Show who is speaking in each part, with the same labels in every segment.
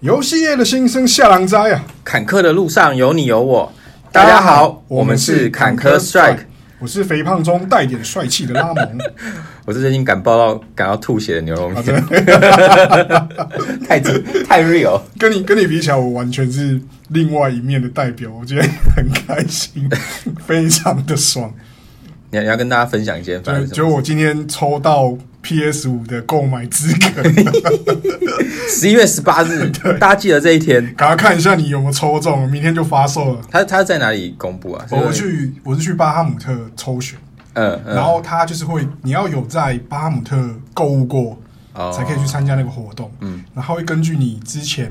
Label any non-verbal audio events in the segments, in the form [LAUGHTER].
Speaker 1: 游戏业的新生下狼灾啊！
Speaker 2: 坎坷的路上有你有我。大家好，我们是坎坷 Strike，
Speaker 1: 我是肥胖中带点帅气的拉
Speaker 2: [LAUGHS]
Speaker 1: 蒙。
Speaker 2: 我是最近感冒到感到吐血的牛肉
Speaker 1: 啊，
Speaker 2: 面，
Speaker 1: 真的，
Speaker 2: [LAUGHS] 太真太 real。
Speaker 1: 跟你跟你比起来，我完全是另外一面的代表。我今天很开
Speaker 2: [LAUGHS]
Speaker 1: 心，非常的爽。
Speaker 2: 你要你要跟大家分享一件发
Speaker 1: 对，
Speaker 2: 生什
Speaker 1: 就
Speaker 2: 么？
Speaker 1: 我今天抽到 PS 五的购买资
Speaker 2: [LAUGHS]
Speaker 1: 格，
Speaker 2: 十一月十八 [LAUGHS] 日，大家记得这一天。
Speaker 1: 赶快看一下你有没有抽中，明天就发售了。
Speaker 2: 他他在哪里公布啊？是
Speaker 1: 我去，我是去巴哈姆特抽选，
Speaker 2: 嗯嗯，
Speaker 1: 然后他就是会，你要有在巴哈姆特购物过，
Speaker 2: 哦
Speaker 1: 才可以去参加那个活动。嗯，然后会根据你之前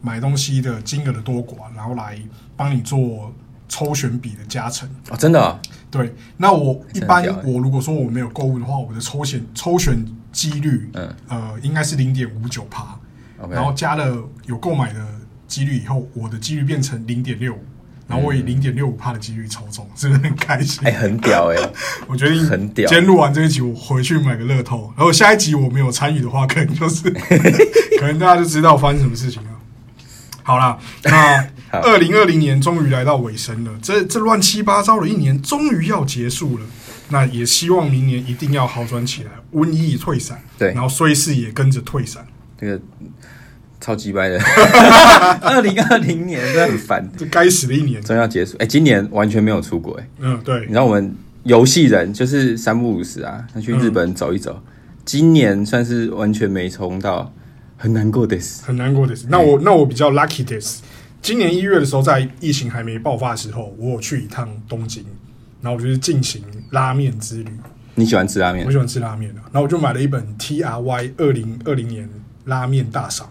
Speaker 1: 买东西的金额的多寡，然后来帮你做抽选比的加成。
Speaker 2: 哦，真的哦
Speaker 1: 对，那我一般
Speaker 2: 这很屌欸
Speaker 1: 我如果说我没有购物的话，我的抽选抽选几率，
Speaker 2: 嗯
Speaker 1: 呃，应该是零点五九趴，
Speaker 2: ，OK，
Speaker 1: 然后加了有购买的几率以后，我的几率变成零点六。然后我以零点六五帕的几率抽中，真的很开心。
Speaker 2: 嗯哎，很屌哎，
Speaker 1: 我决定
Speaker 2: 很屌
Speaker 1: 今天录完这一集，我回去买个乐透。然后下一集我没有参与的话，可能就是
Speaker 2: [LAUGHS]
Speaker 1: 可能大家就知道发生什么事情了。啊好啦，那
Speaker 2: [LAUGHS] 好
Speaker 1: 二零二零年终于来到尾声了，这这乱七八糟的一年终于要结束了。那也希望明年一定要好转起来，瘟疫退散，
Speaker 2: 对
Speaker 1: 然后衰势也跟着退散。
Speaker 2: 这个超级掰的。 [LAUGHS] 二零二零年真的很烦，
Speaker 1: 这该死的一年，
Speaker 2: 终于要结束。哎，今年完全没有出国哎。
Speaker 1: 嗯，对
Speaker 2: 你，知道我们游戏人就是三不五时啊，他去日本走一走。
Speaker 1: 嗯
Speaker 2: 今年算是完全没冲到，很难过的是，
Speaker 1: 很难过的是，那我那我比较 lucky 的是，今年一月的时候，在疫情还没爆发的时候，我有去一趟东京，然后我就是进行拉面之旅。
Speaker 2: 你喜欢吃拉面
Speaker 1: 我？喜欢吃拉面啊，然后我就买了一本 T R Y 二零二零年拉面大赏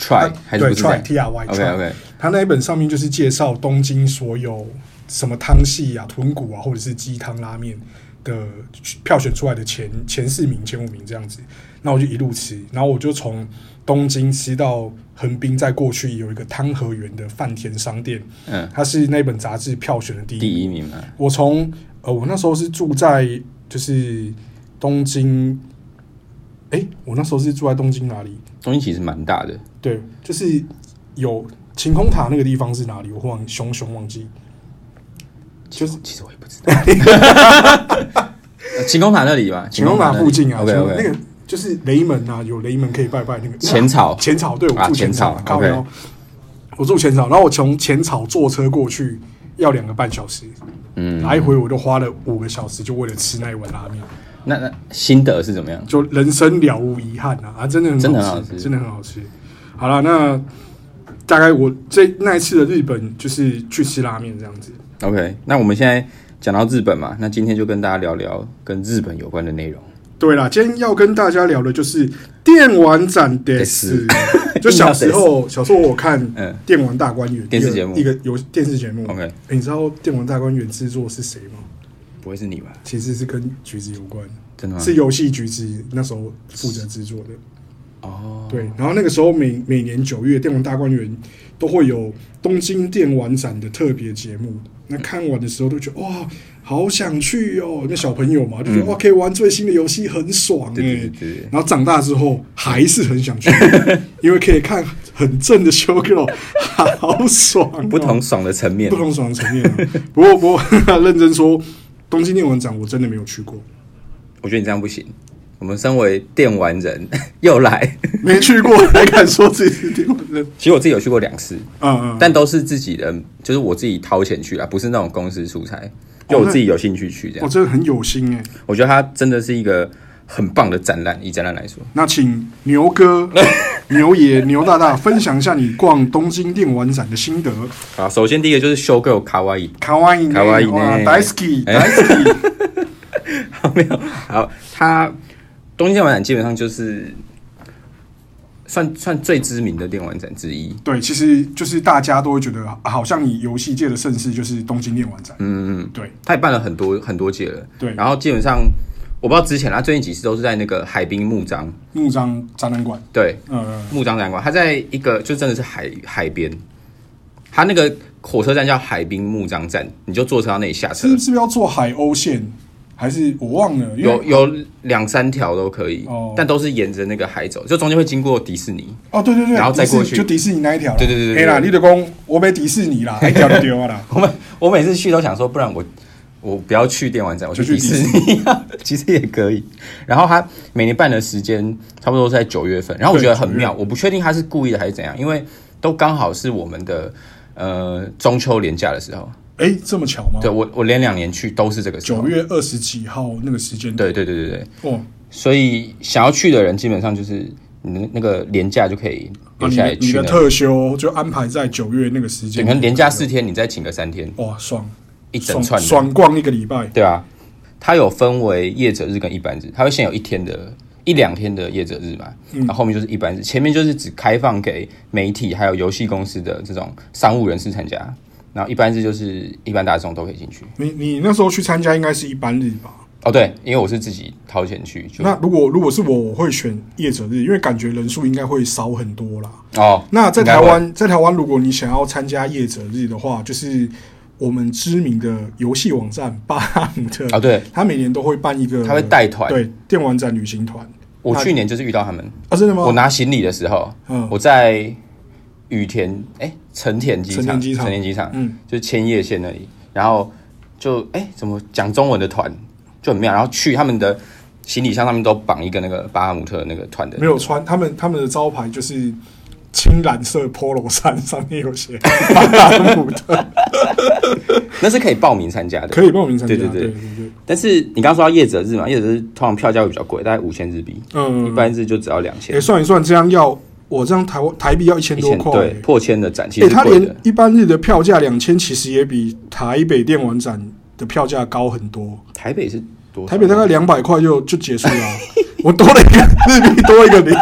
Speaker 2: try 还是
Speaker 1: 呃对
Speaker 2: 不是
Speaker 1: try T R Y
Speaker 2: OK OK，
Speaker 1: 他那一本上面就是介绍东京所有什么汤系啊、豚骨啊，或者是鸡汤拉面的票选出来的前前四名、前五名这样子。那我就一路吃，然后我就从东京吃到横滨，在过去有一个汤和园的饭田商店，
Speaker 2: 嗯，
Speaker 1: 它是那本杂志票选的第一
Speaker 2: 第
Speaker 1: 名。
Speaker 2: 一名嘛，
Speaker 1: 我从呃，我那时候是住在就是东京，诶，我那时候是住在东京哪里？
Speaker 2: 东京其实蛮大的，
Speaker 1: 对，就是有晴空塔那个地方是哪里？我忽然熊熊忘记。就是
Speaker 2: 其实我也不知道。
Speaker 1: [LAUGHS]
Speaker 2: 呃晴空塔那里吧，
Speaker 1: 晴空塔
Speaker 2: 那里
Speaker 1: 附近啊，
Speaker 2: OK
Speaker 1: 晴空那
Speaker 2: OK，
Speaker 1: 个就是雷门啊，有雷门可以拜拜那个
Speaker 2: 浅草
Speaker 1: 浅草对，我
Speaker 2: 啊
Speaker 1: 住浅草
Speaker 2: 浅，草
Speaker 1: 高
Speaker 2: OK
Speaker 1: 腰。我住浅草，然后我从浅草坐车过去要两个半小时，
Speaker 2: 嗯，
Speaker 1: 来回我就花了五个小时，就为了吃那一碗拉面。
Speaker 2: 那那心得是怎么样？
Speaker 1: 就人生了无遗憾啊！啊，真的很
Speaker 2: 真的很
Speaker 1: 好
Speaker 2: 好吃
Speaker 1: 真的很好吃。好了，那大概我这那一次的日本就是去吃拉面这样子。
Speaker 2: OK，那我们现在讲到日本嘛，那今天就跟大家聊聊跟日本有关的内容。
Speaker 1: 对啦，今天要跟大家聊的就是电玩展的事。
Speaker 2: [LAUGHS]
Speaker 1: 就小时候，小时候我看
Speaker 2: 嗯
Speaker 1: 《电玩大观园》
Speaker 2: 电视节目
Speaker 1: 一个一个有电视节目。
Speaker 2: OK
Speaker 1: 诶你知道《电玩大观园》制作是谁吗？
Speaker 2: 不会是你吧？
Speaker 1: 其实是跟橘子有关，
Speaker 2: 真的吗？
Speaker 1: 是游戏橘子那时候负责制作的。
Speaker 2: 哦，
Speaker 1: 对，然后那个时候每每年九月电玩大观园都会有东京电玩展的特别节目。那看完的时候都觉得哇，好想去哦！那小朋友嘛，就觉得、哇，可以玩最新的游戏，很爽哎、
Speaker 2: 对对对对
Speaker 1: 然后长大之后还是很想去， [LAUGHS] 因为可以看很正的 s h o g i r l 好爽哦、
Speaker 2: 不同爽的层面
Speaker 1: 不，同爽的层面、啊。不过不过认真说，东京电玩展我真的没有去过，
Speaker 2: 我觉得你这样不行。我们身为电玩人 [LAUGHS] 又来，
Speaker 1: 没去过还敢说自己是电玩人？
Speaker 2: 其实我自己有去过两次，
Speaker 1: 嗯嗯，
Speaker 2: 但都是自己的，就是我自己掏钱去啊，不是那种公司出
Speaker 1: 哦
Speaker 2: 差，就我自己有兴趣去
Speaker 1: 我、
Speaker 2: 这样。
Speaker 1: 真的很有心哎、
Speaker 2: 我觉得它真的是一个很棒的展览，以展览来说，
Speaker 1: 那请牛
Speaker 2: [LAUGHS]
Speaker 1: 哥、牛爷、牛大大分享一下你逛东京电玩展的心得。
Speaker 2: 啊，首先第一个就是 show girl 卡哇伊，
Speaker 1: 卡哇伊呢，
Speaker 2: 卡哇伊呢
Speaker 1: 哇大好き，
Speaker 2: 哎
Speaker 1: 大好き。
Speaker 2: 没有，好，它东京电玩展基本上就是算算最知名的电玩展之一，
Speaker 1: [LAUGHS] 对，其实就是大家都会觉得，啊好像你游戏界的盛世就是东京电玩展。嗯嗯，对
Speaker 2: 它也办了很多很多届了。
Speaker 1: 对
Speaker 2: 然后基本上我不知道之前它最近几次都是在那个海滨幕张，
Speaker 1: 木章展览馆，
Speaker 2: 对，
Speaker 1: 呃，
Speaker 2: 木张展馆，它在一个就真的是海海边，它那个火车站叫海滨木张站，你就坐车到那里下
Speaker 1: 是。
Speaker 2: 车
Speaker 1: 是不是要坐海鸥线？还是我忘了，因为
Speaker 2: 有有两三条都可以，
Speaker 1: 哦
Speaker 2: 但都是沿着那个海走，就中间会经过迪士尼。
Speaker 1: 哦，对对对，
Speaker 2: 然后再
Speaker 1: 迪士尼
Speaker 2: 过去
Speaker 1: 就迪士尼那一条啦，
Speaker 2: 对对对对对
Speaker 1: 嘿啦，你就讲我被迪士尼啦，还掉就丢啊
Speaker 2: [LAUGHS]
Speaker 1: 啦，
Speaker 2: [LAUGHS] 我每我每次去都想说，不然我我不要去电玩展，我去
Speaker 1: 就去
Speaker 2: 迪士尼、 [LAUGHS] 其实也可以。然后他每年办的时间差不多是在九月份，然后我觉得很妙，我不确定他是故意的还是怎样，因为都刚好是我们的呃中秋连假的时候。
Speaker 1: 哎，这么巧吗
Speaker 2: 对？我我连两年去都是这个时候
Speaker 1: 九。月二十几号那个时间，，
Speaker 2: 对对对对对，
Speaker 1: 哦，
Speaker 2: 所以想要去的人基本上就是你的那个廉假就可以
Speaker 1: 那哦
Speaker 2: 留
Speaker 1: 你
Speaker 2: 下
Speaker 1: 的
Speaker 2: 来
Speaker 1: 你
Speaker 2: 去
Speaker 1: 的
Speaker 2: 那里。
Speaker 1: 特休就安排在九月那个时
Speaker 2: 对，
Speaker 1: 间，
Speaker 2: 可能廉假四天，你再请个三天，
Speaker 1: 哇，爽，
Speaker 2: 一整
Speaker 1: 爽
Speaker 2: 串的
Speaker 1: 爽逛一个礼拜，
Speaker 2: 对啊，它有分为业者日跟一般日，它会先有一天的一两天的业者日嘛，
Speaker 1: 嗯
Speaker 2: 然后后面就是一般日，前面就是只开放给媒体还有游戏公司的这种商务人士参加，然后一般日就是一般大众都可以进去。
Speaker 1: 你你那时候去参加应该是一般日吧？
Speaker 2: 哦，对，因为我是自己掏钱去，就
Speaker 1: 那如果如果是我，我会选业者日，因为感觉人数应该会少很多啦。
Speaker 2: 哦，
Speaker 1: 那在
Speaker 2: 应该
Speaker 1: 台
Speaker 2: 会
Speaker 1: 湾，在台湾，如果你想要参加业者日的话，就是我们知名的游戏网站巴哈姆特
Speaker 2: 哦，对，
Speaker 1: 他每年都会办一个，
Speaker 2: 他会带团
Speaker 1: 对电玩展旅行团
Speaker 2: 我去年就是遇到他们，
Speaker 1: 啊，真的吗？
Speaker 2: 我拿行李的时候，
Speaker 1: 嗯
Speaker 2: 我在羽田哎成田机
Speaker 1: 成田
Speaker 2: 场，
Speaker 1: 机场
Speaker 2: 成田机场，
Speaker 1: 嗯，
Speaker 2: 就是千叶县那里，然后就哎、怎么讲中文的团就很妙，然后去他们的行李箱上面都绑一个那个巴哈姆特那个团的
Speaker 1: 没，有穿他们他们的招牌就是青蓝色 polo 衫，上面有 [LAUGHS] 写巴哈姆特，
Speaker 2: 那是可以报名参加的，
Speaker 1: 可以报名参加。
Speaker 2: 对
Speaker 1: 对
Speaker 2: 对对
Speaker 1: 对，
Speaker 2: 但是你刚刚说到业者日嘛，业者日通常票价会比较贵，大概五千日币，一
Speaker 1: 嗯，
Speaker 2: 般日就只要两千、
Speaker 1: 哎，算一算，这样要我这样台湾台币要一千
Speaker 2: 一
Speaker 1: 多
Speaker 2: 千
Speaker 1: 块
Speaker 2: 对
Speaker 1: 欸。
Speaker 2: 破千的展其
Speaker 1: 哎、
Speaker 2: 实
Speaker 1: 欸，
Speaker 2: 是
Speaker 1: 它
Speaker 2: 贵的
Speaker 1: 连，一般日的票价两千，其实也比台北电玩展的票价高很多。
Speaker 2: 台北是多少，
Speaker 1: 台北大概两百块就就结束了啊、 [LAUGHS] 我多了一个日币，多一个零，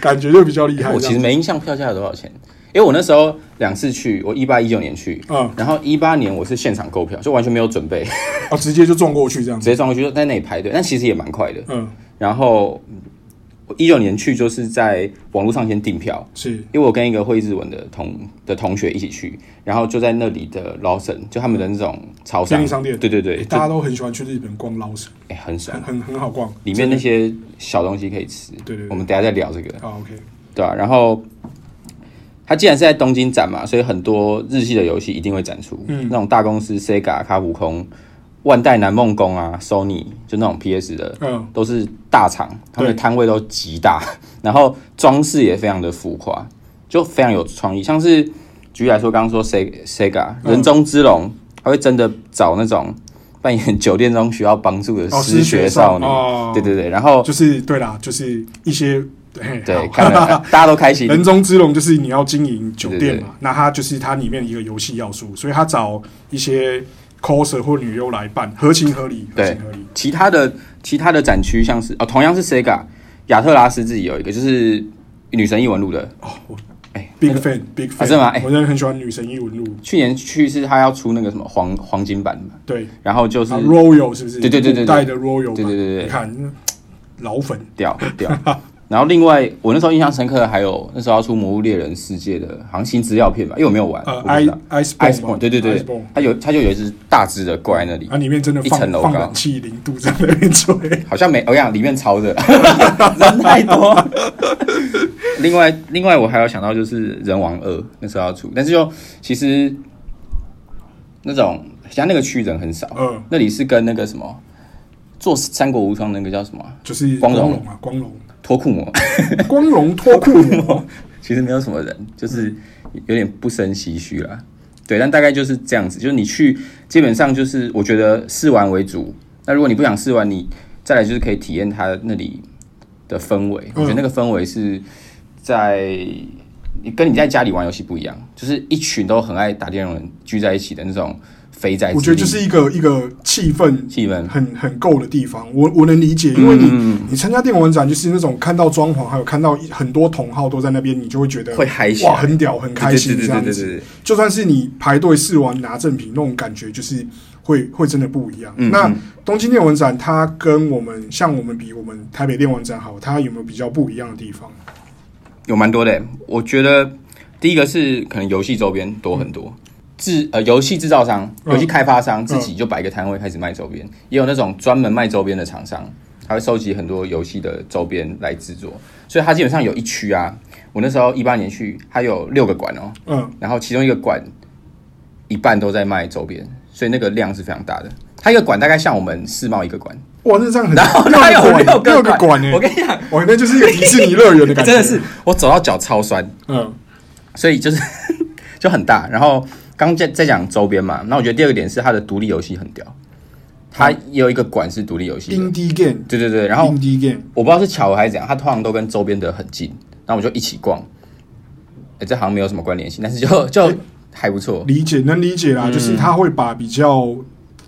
Speaker 1: 感觉就比较厉害。
Speaker 2: 我其实没印象票价有多少钱，因为我那时候两次去，我一八一九年去，
Speaker 1: 嗯
Speaker 2: 然后一八年我是现场购票，就完全没有准备，直
Speaker 1: 啊，直接就撞过去这样子。
Speaker 2: 接撞过去就在那里排队，但其实也蛮快的。
Speaker 1: 嗯，
Speaker 2: 然后我一九年去就是在网络上先订票，
Speaker 1: 是
Speaker 2: 因为我跟一个会日文的同的同学一起去，然后就在那里的 Lawson，就他们的那种超
Speaker 1: 便
Speaker 2: 商
Speaker 1: 利商店。
Speaker 2: 对对对，就
Speaker 1: 大家都很喜欢去日本逛捞神，
Speaker 2: 哎很爽
Speaker 1: 很，很很好逛。
Speaker 2: 里面那些小东西可以吃。
Speaker 1: 对对对
Speaker 2: 我们等一下再聊这个。
Speaker 1: 啊，OK，
Speaker 2: 对啊，然后它既然是在东京展嘛，所以很多日系的游戏一定会展出，嗯，那种大公司 Sega、卡普空、万代南梦宫啊、Sony 就那种 PS 的，
Speaker 1: 嗯，
Speaker 2: 都是大厂，他们的摊位都极大，然后装饰也非常的浮夸，就非常有创意。像是举例来说，刚刚说 Se- Sega
Speaker 1: 嗯
Speaker 2: 人中之龙，他会真的找那种扮演酒店中需要帮助的
Speaker 1: 哦
Speaker 2: 失学少女，
Speaker 1: 哦
Speaker 2: 对对对，然后
Speaker 1: 就是对啦，就是一些嘿
Speaker 2: 对，
Speaker 1: 好 [LAUGHS]
Speaker 2: 看了大家都 [LAUGHS] 开心，
Speaker 1: 人中之龙就是你要经营酒
Speaker 2: 对
Speaker 1: 店
Speaker 2: 对对
Speaker 1: 嘛，那它就是它里面一个游戏要素，所以它找一些 coser 或女优来办，合情合理，合
Speaker 2: 对
Speaker 1: 情合理。
Speaker 2: 其他的其他的展区像是哦，同样是 Sega，亚特拉斯自己有一个，就是女神异闻录的。
Speaker 1: 哦，我
Speaker 2: 哎
Speaker 1: big fan big fan，
Speaker 2: 啊真的吗哎
Speaker 1: 我真的很喜欢女神异闻录，
Speaker 2: 去年去是他要出那个什么黄黄金版嘛，
Speaker 1: 对，
Speaker 2: 然后就是
Speaker 1: 啊 royal 是不是？
Speaker 2: 对对对对对
Speaker 1: 古代的 royal，
Speaker 2: 对对对对
Speaker 1: 你看老粉
Speaker 2: 掉掉。 [LAUGHS] 然后另外我那时候印象深刻的还有那时候要出《魔物猎人世界》的行情资料片吧，因为我没有玩，
Speaker 1: 呃
Speaker 2: 啊我不知
Speaker 1: i
Speaker 2: 道。
Speaker 1: ice
Speaker 2: Ice
Speaker 1: bomb，
Speaker 2: Bone，对对对
Speaker 1: Ice Bone，
Speaker 2: 它有它就有一只大只的怪在那里
Speaker 1: 啊，，里面真的
Speaker 2: 一
Speaker 1: 放
Speaker 2: 层楼
Speaker 1: 放
Speaker 2: 高
Speaker 1: 冷气零度在那边吹， [LAUGHS]
Speaker 2: 好像没，我想里面潮的， [LAUGHS] 人太多。 [LAUGHS] 另外，另外我还有想到就是《人王二》那时候要出，但是就其实那种像那个区人很少，
Speaker 1: 嗯
Speaker 2: 那里是跟那个什么做《三国无双》那个叫什么啊
Speaker 1: 就是光
Speaker 2: 光荣
Speaker 1: 荣啊，光荣， [LAUGHS]
Speaker 2: 脱裤魔，
Speaker 1: 光荣脱裤
Speaker 2: [LAUGHS]
Speaker 1: 魔，
Speaker 2: 其实没有什么人，
Speaker 1: 嗯
Speaker 2: 就是有点不生唏嘘啦。对，但大概就是这样子，就是你去基本上就是我觉得试玩为主。那如果你不想试玩，你再来就是可以体验它那里的氛围。
Speaker 1: 嗯
Speaker 2: 我觉得那个氛围是在你跟你在家里玩游戏不一样，就是一群都很爱打电动的人聚在一起的那种肥宅之力，
Speaker 1: 我觉得就是一个一个气氛
Speaker 2: 气氛。
Speaker 1: 很很够的地方，我我能理解，
Speaker 2: 嗯
Speaker 1: 因为你、你参加电玩展就是那种看到装潢，还有看到一很多同号都在那边，你就会觉得
Speaker 2: 会嗨起来
Speaker 1: 哇，很屌，很开心这
Speaker 2: 对对对
Speaker 1: 样
Speaker 2: 对对对
Speaker 1: 子
Speaker 2: 对。
Speaker 1: 就算是你排队试玩拿赠品，那种感觉就是会会真的不一样。
Speaker 2: 嗯
Speaker 1: 那东京电玩展它跟我们像我们比我们台北电玩展好，它有没有比较不一样的地方？
Speaker 2: 有蛮多的欸。我觉得第一个是可能游戏周边多很多，制呃游戏制造商、
Speaker 1: 嗯
Speaker 2: 游戏开发商自己就摆一个摊位开始卖周边，也有那种专门卖周边的厂商，他会收集很多游戏的周边来制作，所以它基本上有一区啊，我那时候一八年去，它有六个馆哦，
Speaker 1: 嗯，
Speaker 2: 然后其中一个馆一半都在卖周边，所以那个量是非常大的。它一个馆大概像我们世贸一个馆，
Speaker 1: 哇，那这样很
Speaker 2: 然后它有
Speaker 1: 六
Speaker 2: 六
Speaker 1: 个馆六个馆哎、
Speaker 2: 个我跟你讲，
Speaker 1: [LAUGHS] 哇，那就是一个迪士尼乐园的感觉，
Speaker 2: [LAUGHS] 真的是我走到脚超酸，
Speaker 1: 嗯
Speaker 2: 所以就是 [LAUGHS] 就很大。然后刚在在讲周边嘛，那我觉得第二个点是它的独立游戏很屌，它也有一个馆是独立游戏的，
Speaker 1: ，indie game，
Speaker 2: 对对对。然后
Speaker 1: indie game，
Speaker 2: 我不知道是巧合还是怎样，它通常都跟周边的很近，那我们就一起逛。哎，这好像没有什么关联性，但是就就还不错。
Speaker 1: 理解能理解啦，就是他会把比较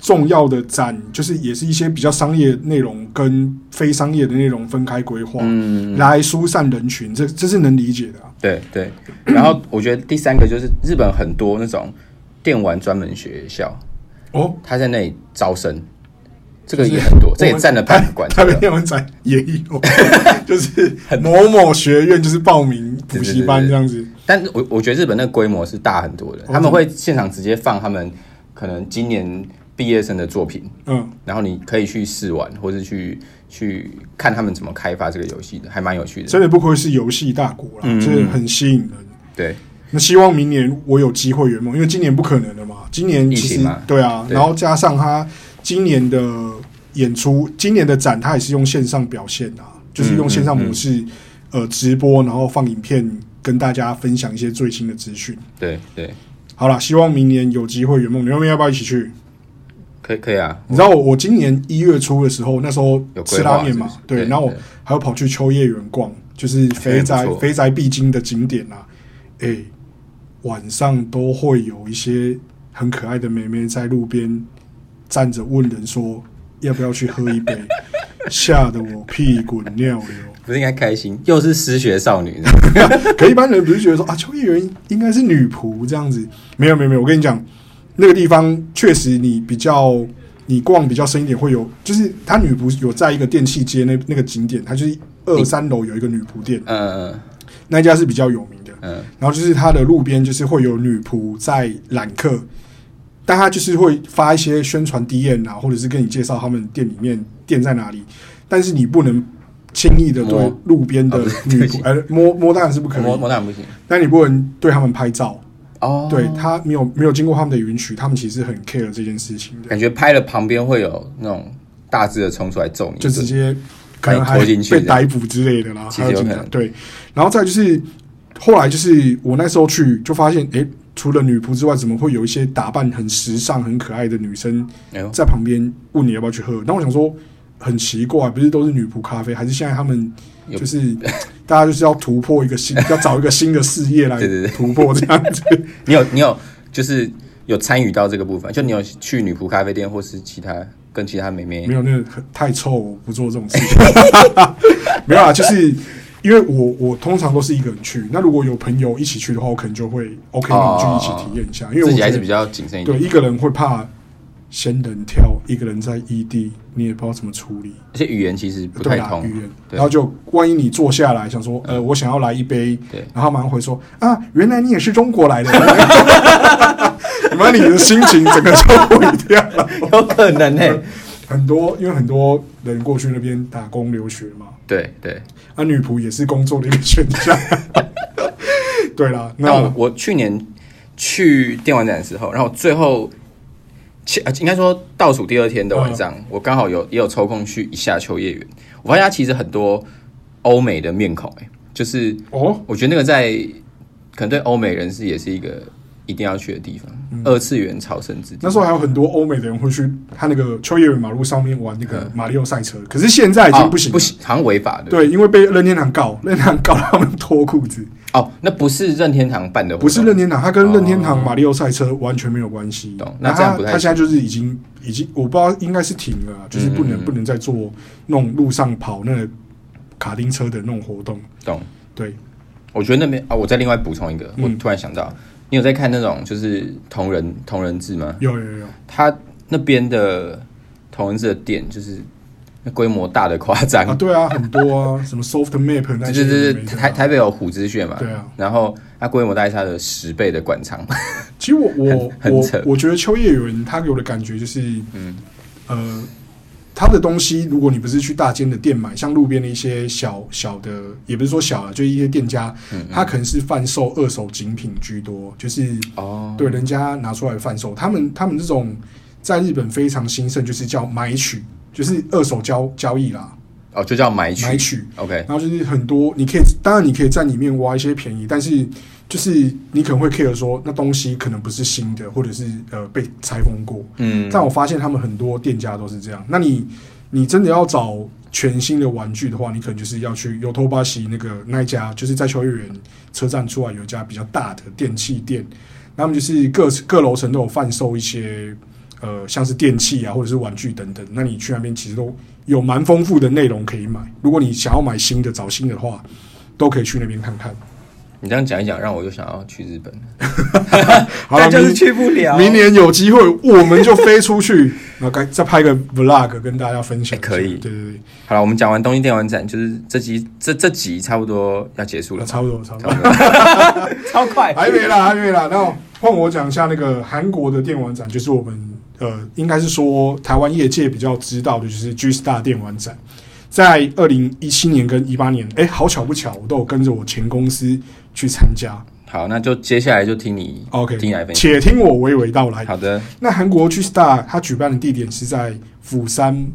Speaker 1: 重要的展，就是也是一些比较商业内容跟非商业的内容分开规划，
Speaker 2: 嗯，
Speaker 1: 来疏散人群，这这是能理解的啊、
Speaker 2: 对对。然后我觉得第三个就是日本很多那种电玩专门学校，
Speaker 1: 哦，
Speaker 2: 他在那里招生，这个也很多，这也占了半个馆。
Speaker 1: [LAUGHS] 台北电玩展也有，
Speaker 2: [LAUGHS]
Speaker 1: 就是某某学院就是报名补习班这样子，
Speaker 2: 但是我我觉得日本那个规模是大很哦多的，他们会现场直接放他们可能今年毕业生的作品，
Speaker 1: 嗯，
Speaker 2: 然后你可以去试玩，或是去去看他们怎么开发这个游戏的，还蛮有趣的。
Speaker 1: 真的不愧是游戏大国啦，
Speaker 2: 嗯
Speaker 1: 这很吸引人。
Speaker 2: 对，
Speaker 1: 那希望明年我有机会圆梦，因为今年不可能了嘛。今年其
Speaker 2: 疫
Speaker 1: 实
Speaker 2: 情嘛
Speaker 1: 对啊，
Speaker 2: 对
Speaker 1: 然后加上他今年的演出，今年的展他也是用线上表现啊，就是用线上模
Speaker 2: 嗯
Speaker 1: 式、呃直播，然后放影片跟大家分享一些最新的资讯。
Speaker 2: 对对，
Speaker 1: 好啦，希望明年有机会圆梦，你们要不要一起去？
Speaker 2: 可以可以啊，
Speaker 1: 你知道我我今年一月初的时候，那时候
Speaker 2: 有规
Speaker 1: 吃
Speaker 2: 划
Speaker 1: 拉面嘛，
Speaker 2: 是不是
Speaker 1: 对，
Speaker 2: 对
Speaker 1: 然后我
Speaker 2: 对
Speaker 1: 还有跑去秋叶原逛，就是肥
Speaker 2: 秋叶
Speaker 1: 宅
Speaker 2: 不错
Speaker 1: 肥宅必经的景点啊，哎、晚上都会有一些很可爱的妹妹在路边站着问人说要不要去喝一杯， [LAUGHS] 吓得我屁滚尿流。
Speaker 2: 不是应该开心，又是失学少女，
Speaker 1: [LAUGHS] 可一般人不是觉得说啊，秋叶原应该是女仆这样子，没有没有没有，我跟你讲，那个地方确实你比较你逛比较深一点会有，就是它女仆有在一个电器街那那个景点，它就是二三楼有一个女仆店，
Speaker 2: 嗯
Speaker 1: 那一家是比较有名的。
Speaker 2: 嗯
Speaker 1: 然后就是它的路边就是会有女仆在揽客，但它就是会发一些宣传 DM 啊，或者是跟你介绍他们店里面店在哪里，但是你不能轻易的对
Speaker 2: 摸
Speaker 1: 路边的
Speaker 2: 哦不是
Speaker 1: 女
Speaker 2: 对不起
Speaker 1: 仆，呃，摸摸当然是不可
Speaker 2: 嗯，
Speaker 1: 以
Speaker 2: 魔，魔弹不行
Speaker 1: 但你不能对他们拍照，
Speaker 2: 哦，
Speaker 1: 对，他没有没有经过他们的允许，他们其实很 care 这件事情的，
Speaker 2: 感觉拍了旁边会有那种大只的冲出来揍你一
Speaker 1: 就
Speaker 2: 顿，
Speaker 1: 直接可能还
Speaker 2: 把你拖进去
Speaker 1: 被逮捕之类的啦，
Speaker 2: 其实
Speaker 1: 还有
Speaker 2: 有
Speaker 1: 警
Speaker 2: 可
Speaker 1: 察
Speaker 2: 能
Speaker 1: 对，然后再就是后来就是我那时候去就发现，诶，除了女仆之外，怎么会有一些打扮很时尚、很可爱的女生
Speaker 2: 哎呦，
Speaker 1: 在旁边问你要不要去喝？那我想说。很奇怪，不是都是女仆咖啡，还是现在他们
Speaker 2: 有
Speaker 1: 就是大家就是要突破一个新，要找一个新的事业来
Speaker 2: [LAUGHS] 对对对
Speaker 1: 突破这样子。
Speaker 2: 你有你有就是有参与到这个部分，就你有去女仆咖啡店或是其他跟其他妹妹
Speaker 1: 没有，那个很太臭，我不做这种事情。 [LAUGHS] 没有啊，就是因为我我通常都是一个人去，那如果有朋友一起去的话，我可能就会 OK，那我们就一起体验一下，因为我
Speaker 2: 哦自己
Speaker 1: 觉
Speaker 2: 还
Speaker 1: 得
Speaker 2: 是比较谨慎一点，
Speaker 1: 对一个人会怕仙人跳，一个人在异地，你也不知道怎么处理，
Speaker 2: 而且语言其实不
Speaker 1: 对
Speaker 2: 太
Speaker 1: 啦，
Speaker 2: 通啊
Speaker 1: 语言。。
Speaker 2: 对嗯
Speaker 1: 然后就万一你坐下来想说，呃，我想要来一杯
Speaker 2: 对，
Speaker 1: 然后马上回说啊，原来你也是中国来的， [LAUGHS] 你妈你的心情整个就毁掉了。
Speaker 2: 有可能欸呢、
Speaker 1: [LAUGHS] 很多，因为很多人过去那边打工留学嘛，
Speaker 2: 对对。
Speaker 1: 啊，女仆也是工作的一个选项。 [LAUGHS] 对啦，
Speaker 2: 那
Speaker 1: 那
Speaker 2: 我我去年去电玩展的时候，然后最后前呃应该说倒数第二天的晚上，
Speaker 1: 嗯
Speaker 2: 我刚好有也有抽空去一下秋叶原，我发现它其实很多欧美的面孔、欸，就是
Speaker 1: 哦，
Speaker 2: 我觉得那个在可能对欧美人士也是一个一定要去的地方，二次元朝圣之地。
Speaker 1: 嗯那时候还有很多欧美的人会去他那个秋叶原马路上面玩那个马里奥赛车，可是现在已经不行
Speaker 2: 哦
Speaker 1: 了、
Speaker 2: 嗯不行，好像违法的。
Speaker 1: 对，因为被任天堂告， [LAUGHS] 任天堂告他们脱裤子，
Speaker 2: 哦，那不是任天堂办的活
Speaker 1: 不
Speaker 2: 动，
Speaker 1: 是任天堂，它跟任天堂马里奥赛车完全没有关系
Speaker 2: 哦懂。那
Speaker 1: 那
Speaker 2: 这样
Speaker 1: 它
Speaker 2: 不太
Speaker 1: 它现在就是已经已经，我不知道应该是停了啊，就是不
Speaker 2: 嗯
Speaker 1: 能、不能再做那种路上跑那个卡丁车的那种活动。
Speaker 2: 懂。
Speaker 1: 对，
Speaker 2: 我觉得那边啊，我再另外补充一个，我
Speaker 1: 嗯
Speaker 2: 突然想到，你有在看那种就是同人同人志吗？
Speaker 1: 有有有，
Speaker 2: 他那边的同人志的店，就是那规模大的夸张
Speaker 1: 啊，。对啊，很多啊，什么 Soft Map 那
Speaker 2: 对
Speaker 1: 些
Speaker 2: 对
Speaker 1: 有的
Speaker 2: 对
Speaker 1: 没
Speaker 2: 对，
Speaker 1: 的啊，
Speaker 2: 台台北有虎之穴嘛，
Speaker 1: 对啊
Speaker 2: 然后它规模大概是它的十倍的馆场，
Speaker 1: 其实我我
Speaker 2: 很
Speaker 1: 我
Speaker 2: 扯
Speaker 1: 我觉得秋叶原他给我的感觉就是，嗯，呃，他的东西如果你不是去大间的店买，像路边的一些小小的，也不是说小啊了，就一些店家，
Speaker 2: 嗯
Speaker 1: 他可能是贩售二手精品居多，就是
Speaker 2: 哦，
Speaker 1: 对人家拿出来贩售。他们他们这种在日本非常兴盛，就是叫买取，就是二手交交易啦，
Speaker 2: [LAUGHS] 哦，就叫买取
Speaker 1: 买取。
Speaker 2: ，OK，
Speaker 1: 然后就是很多，你可以当然你可以在里面挖一些便宜，但是就是你可能会 care 说那东西可能不是新的，或者是呃被拆封过。
Speaker 2: 嗯，
Speaker 1: 但我发现他们很多店家都是这样。那你你真的要找全新的玩具的话，你可能就是要去 y o t o b a s h i 那个那一家，就是在秋叶原车站出来有一家比较大的电器店，那么就是各各楼层都有贩售一些呃像是电器啊或者是玩具等等。那你去那边其实都有蛮丰富的内容可以买。如果你想要买新的找新的话，都可以去那边看看。
Speaker 2: 你这样讲一讲，让我又想要去日本，
Speaker 1: 好了，
Speaker 2: 但就是
Speaker 1: 明
Speaker 2: 去不了。
Speaker 1: 明年有机会，我们就飞出去， [LAUGHS] 那该再拍个 vlog 跟大家分享一下。
Speaker 2: 哎可以
Speaker 1: 对对对，
Speaker 2: 好了，我们讲完东京电玩展，就是这集这这集差不多要结束
Speaker 1: 那
Speaker 2: 了，
Speaker 1: 啊差不多，差不多
Speaker 2: 差，不多 [LAUGHS] 超快
Speaker 1: 还没啦，还没啦。那换我讲一下那个韩国的电玩展，就是我们呃，应该是说台湾业界比较知道的，就是 G Star 电玩展，在二零一七年跟一八年，哎、好巧不巧，我都有跟着我前公司去参加。
Speaker 2: 好，那就接下来就听你
Speaker 1: OK，
Speaker 2: 听你来分享。
Speaker 1: 且听我娓娓道来。
Speaker 2: 好的，
Speaker 1: 那韩国 G Star 它举办的地点是在釜山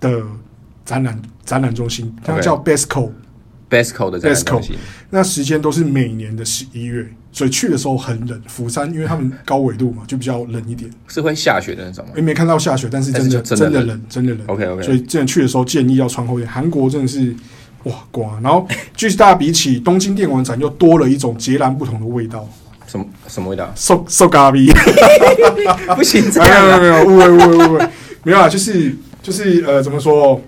Speaker 1: 的展览展览中心，它
Speaker 2: OK
Speaker 1: 叫 Besco。
Speaker 2: Besco 的这个东西，
Speaker 1: 那时间都是每年的十一月，所以去的时候很冷。釜山因为他们高纬度嘛，就比较冷一点。
Speaker 2: 是会下雪的那种吗
Speaker 1: 也没看到下雪，但是真的
Speaker 2: 但哎是就真的
Speaker 1: 的
Speaker 2: 冷
Speaker 1: 冷，真的冷。
Speaker 2: ？OK
Speaker 1: 所
Speaker 2: OK，
Speaker 1: 以之前去的时候建议要穿厚一点。韩国真的是哇瓜，然后巨石大比起东京电玩展又多了一种截然不同的味道，？
Speaker 2: 什么什么味道
Speaker 1: so so 咖喱。
Speaker 2: [LAUGHS] 不行，这
Speaker 1: 没有
Speaker 2: 样
Speaker 1: 没有没有，
Speaker 2: 啊
Speaker 1: 误会误会误会，没有啊，就是就是呃，怎么说？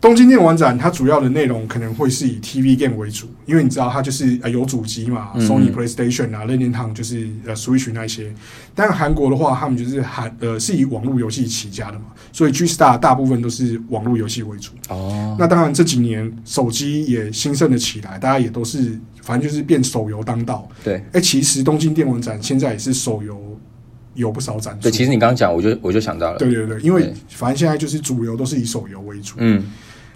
Speaker 1: 东京电玩展它主要的内容可能会是以 TV game 为主，因为你知道它就是呃有主机嘛、
Speaker 2: 嗯
Speaker 1: s o n y PlayStation 啊、任天堂就是呃 Switch 那一些。但韩国的话，他们就是韩呃是以网络游戏起家的嘛，所以 G Star 大部分都是网络游戏为主。
Speaker 2: 哦，
Speaker 1: 那当然这几年手机也兴盛了起来，大家也都是反正就是变手游当道。
Speaker 2: 对
Speaker 1: 哎、其实东京电玩展现在也是手游有不少展出。
Speaker 2: 对，其实你刚刚讲，我就我就想到了，
Speaker 1: 对对对，因为
Speaker 2: 对
Speaker 1: 反正现在就是主流都是以手游为主。
Speaker 2: 嗯，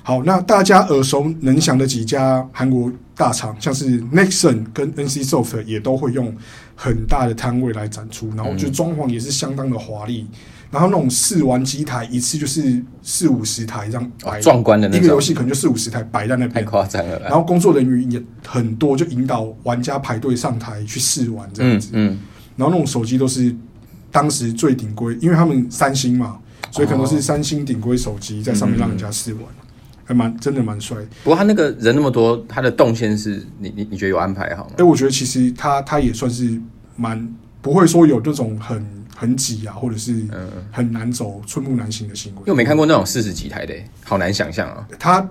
Speaker 1: 好，那大家耳熟能详的几家韩国大厂，像是 Nexon 跟 NCSoft 也都会用很大的摊位来展出，然后
Speaker 2: 嗯
Speaker 1: 就装潢也是相当的华丽。然后那种试玩机台一次就是四五十台这样摆，
Speaker 2: 哦壮观的那
Speaker 1: 一个游
Speaker 2: 种，哎
Speaker 1: 戏可能就四五十台摆在那
Speaker 2: 太
Speaker 1: 边。
Speaker 2: 夸张了
Speaker 1: 然
Speaker 2: 啦。
Speaker 1: 后工作人员也很多，就引导玩家排队上台去试玩这样
Speaker 2: 嗯
Speaker 1: 子。
Speaker 2: 嗯，
Speaker 1: 然后那种手机都是当时最顶规，因为他们三星嘛，所以可能
Speaker 2: 哦
Speaker 1: 都是三星顶规手机在上面让人家
Speaker 2: 嗯
Speaker 1: 试玩，还蛮真的蛮帅。
Speaker 2: 不过他那个人那么多，他的动线是你你你觉得有安排好吗
Speaker 1: 哎、？我觉得其实他他也算是蛮不会说有那种很很挤啊，或者是
Speaker 2: 嗯嗯，
Speaker 1: 很难走、寸步难行的行为。
Speaker 2: 因为我没看过那种四十几台的，好难想象啊。
Speaker 1: 他。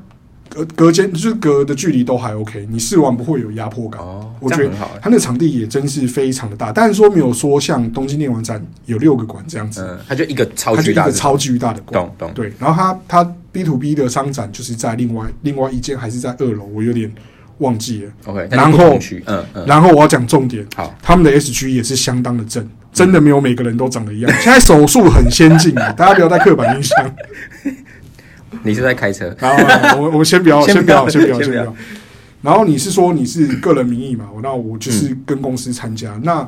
Speaker 1: 隔隔间就是隔的距离都还 OK，你试完不会有压迫感。
Speaker 2: 哦，
Speaker 1: 我
Speaker 2: 这
Speaker 1: 觉
Speaker 2: 样
Speaker 1: 得
Speaker 2: 很好欸。
Speaker 1: 他那场地也真是非常的大，但是说没有说像东京电玩展有六个馆这样子，
Speaker 2: 嗯，它就一个超
Speaker 1: 它就
Speaker 2: 巨
Speaker 1: 一
Speaker 2: 大
Speaker 1: 个
Speaker 2: 的，
Speaker 1: 超巨大的馆。
Speaker 2: 懂懂。
Speaker 1: 对，然后它它 B to B 的商展就是在另外另外一间还是在二楼，我有点忘记了。
Speaker 2: OK，
Speaker 1: 然后
Speaker 2: 那就不同区嗯嗯，
Speaker 1: 然后我要讲重点，
Speaker 2: 好，
Speaker 1: 他们的 SG 也是相当的正，真的没有每个人都长得一样。现在手术很先进
Speaker 2: [LAUGHS]
Speaker 1: 啊，大家不要带刻板印象。
Speaker 2: 你是在开车？
Speaker 1: 然后呃我我们先不要，
Speaker 2: 先
Speaker 1: 先
Speaker 2: 不
Speaker 1: 不
Speaker 2: 要
Speaker 1: 要，先不要，
Speaker 2: 先
Speaker 1: 先
Speaker 2: 不
Speaker 1: 不
Speaker 2: 要
Speaker 1: 要。然后你是说你是个人名义嘛？我那我
Speaker 2: 嗯
Speaker 1: 就是跟公司参加，那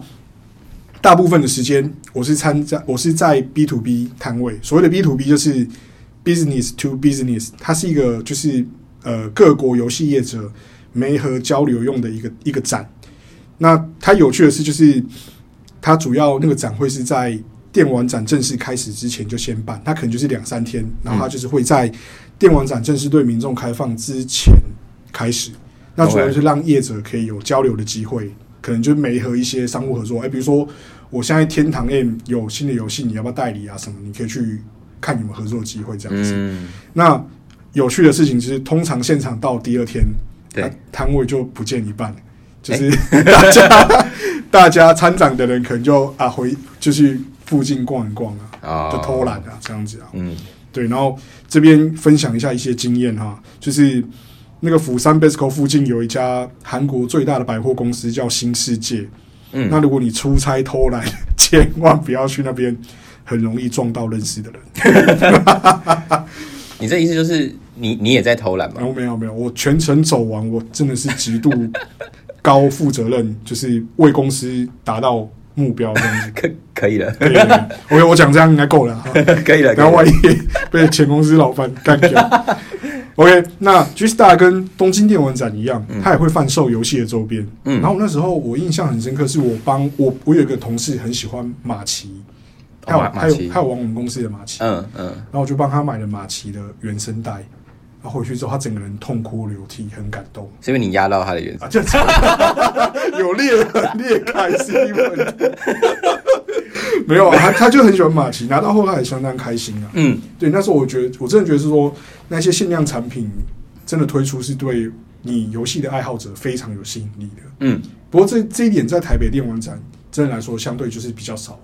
Speaker 1: 大部分的时间我是参加，我是在 B to B 摊位。所谓的 B to B 就是 business to business，它是一个就是呃各国游戏业者媒合交流用的一个一个展。那它有趣的是，就是它主要那个展会是在电玩展正式开始之前就先办，它可能就是两三天，然后它就是会在电玩展正式对民众开放之前开始。那主要
Speaker 2: OK
Speaker 1: 是让业者可以有交流的机会，可能就媒合一些商务合作。哎、比如说我现在天堂 M 有新的游戏，你要不要代理啊？什么，你可以去看有没有合作机会这样子。
Speaker 2: 嗯，
Speaker 1: 那有趣的事情就是，通常现场到第二天，
Speaker 2: 对哎
Speaker 1: 它摊位就不见一半，就是 [LAUGHS] 大家、大家参展的人可能就啊回就去附近逛一逛啊，
Speaker 2: 啊
Speaker 1: 就偷懒，啊这样子啊。
Speaker 2: 嗯，
Speaker 1: 对，然后这边分享一下一些经验哈，就是那个釜山 Basco 附近有一家韩国最大的百货公司叫新世界，
Speaker 2: 嗯
Speaker 1: 那如果你出差偷懒， [LAUGHS] 千万不要去那边，很容易撞到认识的人。
Speaker 2: 你这意思就是你你也在偷懒
Speaker 1: 然
Speaker 2: 嘛？
Speaker 1: 后没有没有，我全程走完，我真的是极度高负责任， [LAUGHS] 就是为公司达到目标这样子。
Speaker 2: 可可以了， [LAUGHS]
Speaker 1: 对对对，OK，我讲这样应该够了哈。
Speaker 2: 可以了，可
Speaker 1: 然后
Speaker 2: 以了
Speaker 1: 万一被前公司老板干
Speaker 2: [LAUGHS]
Speaker 1: 掉。OK，那 G Star 跟东京电玩展一样，它也会贩售游戏的周边。
Speaker 2: 嗯
Speaker 1: 然后那时候我印象很深刻，是我帮我我有一个同事很喜欢马奇，
Speaker 2: 哦
Speaker 1: 还有
Speaker 2: 马
Speaker 1: 还
Speaker 2: 马
Speaker 1: 有
Speaker 2: 奇
Speaker 1: 还有玩我们公司的马奇，
Speaker 2: 嗯嗯，
Speaker 1: 然后我就帮他买了马奇的原声带。然后回去之后，他整个人痛哭流涕，很感动
Speaker 2: 是因为你压到他的原则
Speaker 1: 啊！。这 [LAUGHS] 有裂痕裂开是一问题， [LAUGHS] 没有啊，他他就很喜欢马奇，拿到后他也相当开心啊。
Speaker 2: 嗯，
Speaker 1: 对，那时候我觉得，我真的觉得是说，那些限量产品真的推出是对你游戏的爱好者非常有吸引力的。
Speaker 2: 嗯，
Speaker 1: 不过这这一点在台北电玩展真的来说，相对就是比较少。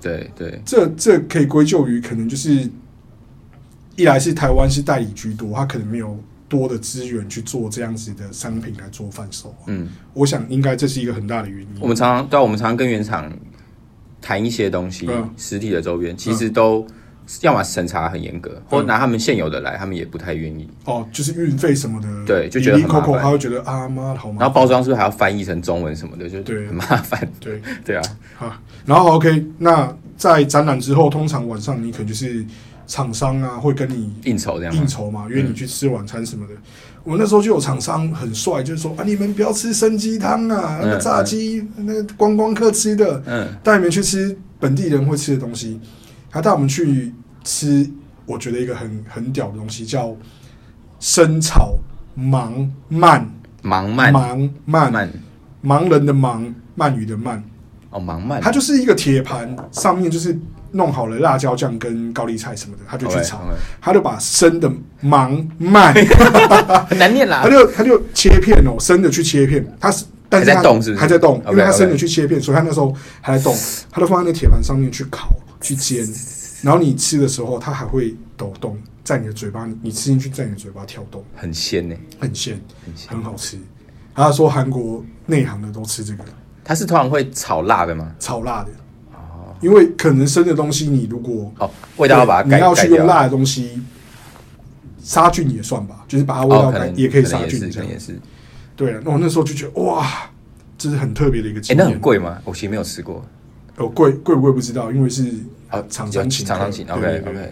Speaker 2: 对对，
Speaker 1: 这这可以归咎于可能就是，一来是台湾是代理居多，它可能没有多的资源去做这样子的商品来做贩售、
Speaker 2: 嗯，
Speaker 1: 我想应该这是一个很大的原
Speaker 2: 我
Speaker 1: 因。
Speaker 2: 们常常对啊、我们常常跟原厂谈一些东西，
Speaker 1: 嗯
Speaker 2: 实体的周边其实都。要么审查很严格，或
Speaker 1: 嗯
Speaker 2: 拿他们现有的来，他们也不太愿意。
Speaker 1: 哦，就是运费什么的，
Speaker 2: 对就觉得很麻烦
Speaker 1: Coco 他会觉得啊妈的好麻
Speaker 2: 然
Speaker 1: 烦
Speaker 2: 后。包装是不是还要翻译成中文什么的，就
Speaker 1: 对
Speaker 2: 是很麻烦。 [LAUGHS]
Speaker 1: 对，
Speaker 2: 对啊，
Speaker 1: 啊，然后 OK，那在展览之后，通常晚上你可能就是厂商啊会跟你
Speaker 2: 应酬这样吗嗯
Speaker 1: 应？酬嘛，约你去吃晚餐什么的。我那时候就有厂商很帅，就是说啊，你们不要吃生鸡汤啊，那个
Speaker 2: 嗯
Speaker 1: 炸鸡，那个观光客吃的，
Speaker 2: 嗯
Speaker 1: 带你们去吃本地人会吃的东西。他带我们去吃，我觉得一个很很屌的东西叫生炒芒鳗，
Speaker 2: 盲慢
Speaker 1: 芒鳗，
Speaker 2: 慢
Speaker 1: 盲人的盲，鳗鱼的鳗。
Speaker 2: 哦，盲慢
Speaker 1: 它就是一个铁盘，上面就是弄好了辣椒酱跟高丽菜什么的，他就
Speaker 2: 欸
Speaker 1: 去炒，他就把生的芒
Speaker 2: [LAUGHS]
Speaker 1: 鳗，
Speaker 2: 很难念啦
Speaker 1: 他。就他就切片哦，生的去切片，他是。但是它
Speaker 2: 还在动是不是
Speaker 1: 还在动，因为
Speaker 2: OK，OK
Speaker 1: 他生的去切片，所以他那时候还在动，他就放在那铁盘上面去烤、去煎，然后你吃的时候，它还会抖动，在你的嘴巴，你吃进去，在你的嘴巴跳动，
Speaker 2: 很鲜呢、
Speaker 1: 很鲜，
Speaker 2: 很鲜。
Speaker 1: 很好吃。他说韩国内行的都吃这个，
Speaker 2: 它是通常会炒辣的吗？
Speaker 1: 超辣的，
Speaker 2: 哦
Speaker 1: 因为可能生的东西，你如果
Speaker 2: 哦，味道要把它
Speaker 1: 对
Speaker 2: 盖
Speaker 1: 你要去
Speaker 2: 盖掉。
Speaker 1: 用辣的东西杀菌也算吧，就是把它味
Speaker 2: 哦，
Speaker 1: 道
Speaker 2: 可
Speaker 1: 改，
Speaker 2: 能
Speaker 1: 也可以
Speaker 2: 能
Speaker 1: 杀
Speaker 2: 是
Speaker 1: 菌
Speaker 2: 可
Speaker 1: 这
Speaker 2: 能
Speaker 1: 样
Speaker 2: 也。是。
Speaker 1: 对啊，那我那时候就觉得哇，这是很特别的一个
Speaker 2: 哎、
Speaker 1: 经
Speaker 2: 那
Speaker 1: 验。
Speaker 2: 很贵吗？我其实没有吃过。
Speaker 1: 哦，贵贵不贵不知道，因为是
Speaker 2: 哦，
Speaker 1: 厂商
Speaker 2: 有
Speaker 1: 请客
Speaker 2: 厂商请。
Speaker 1: 对
Speaker 2: OK
Speaker 1: 对对
Speaker 2: OK。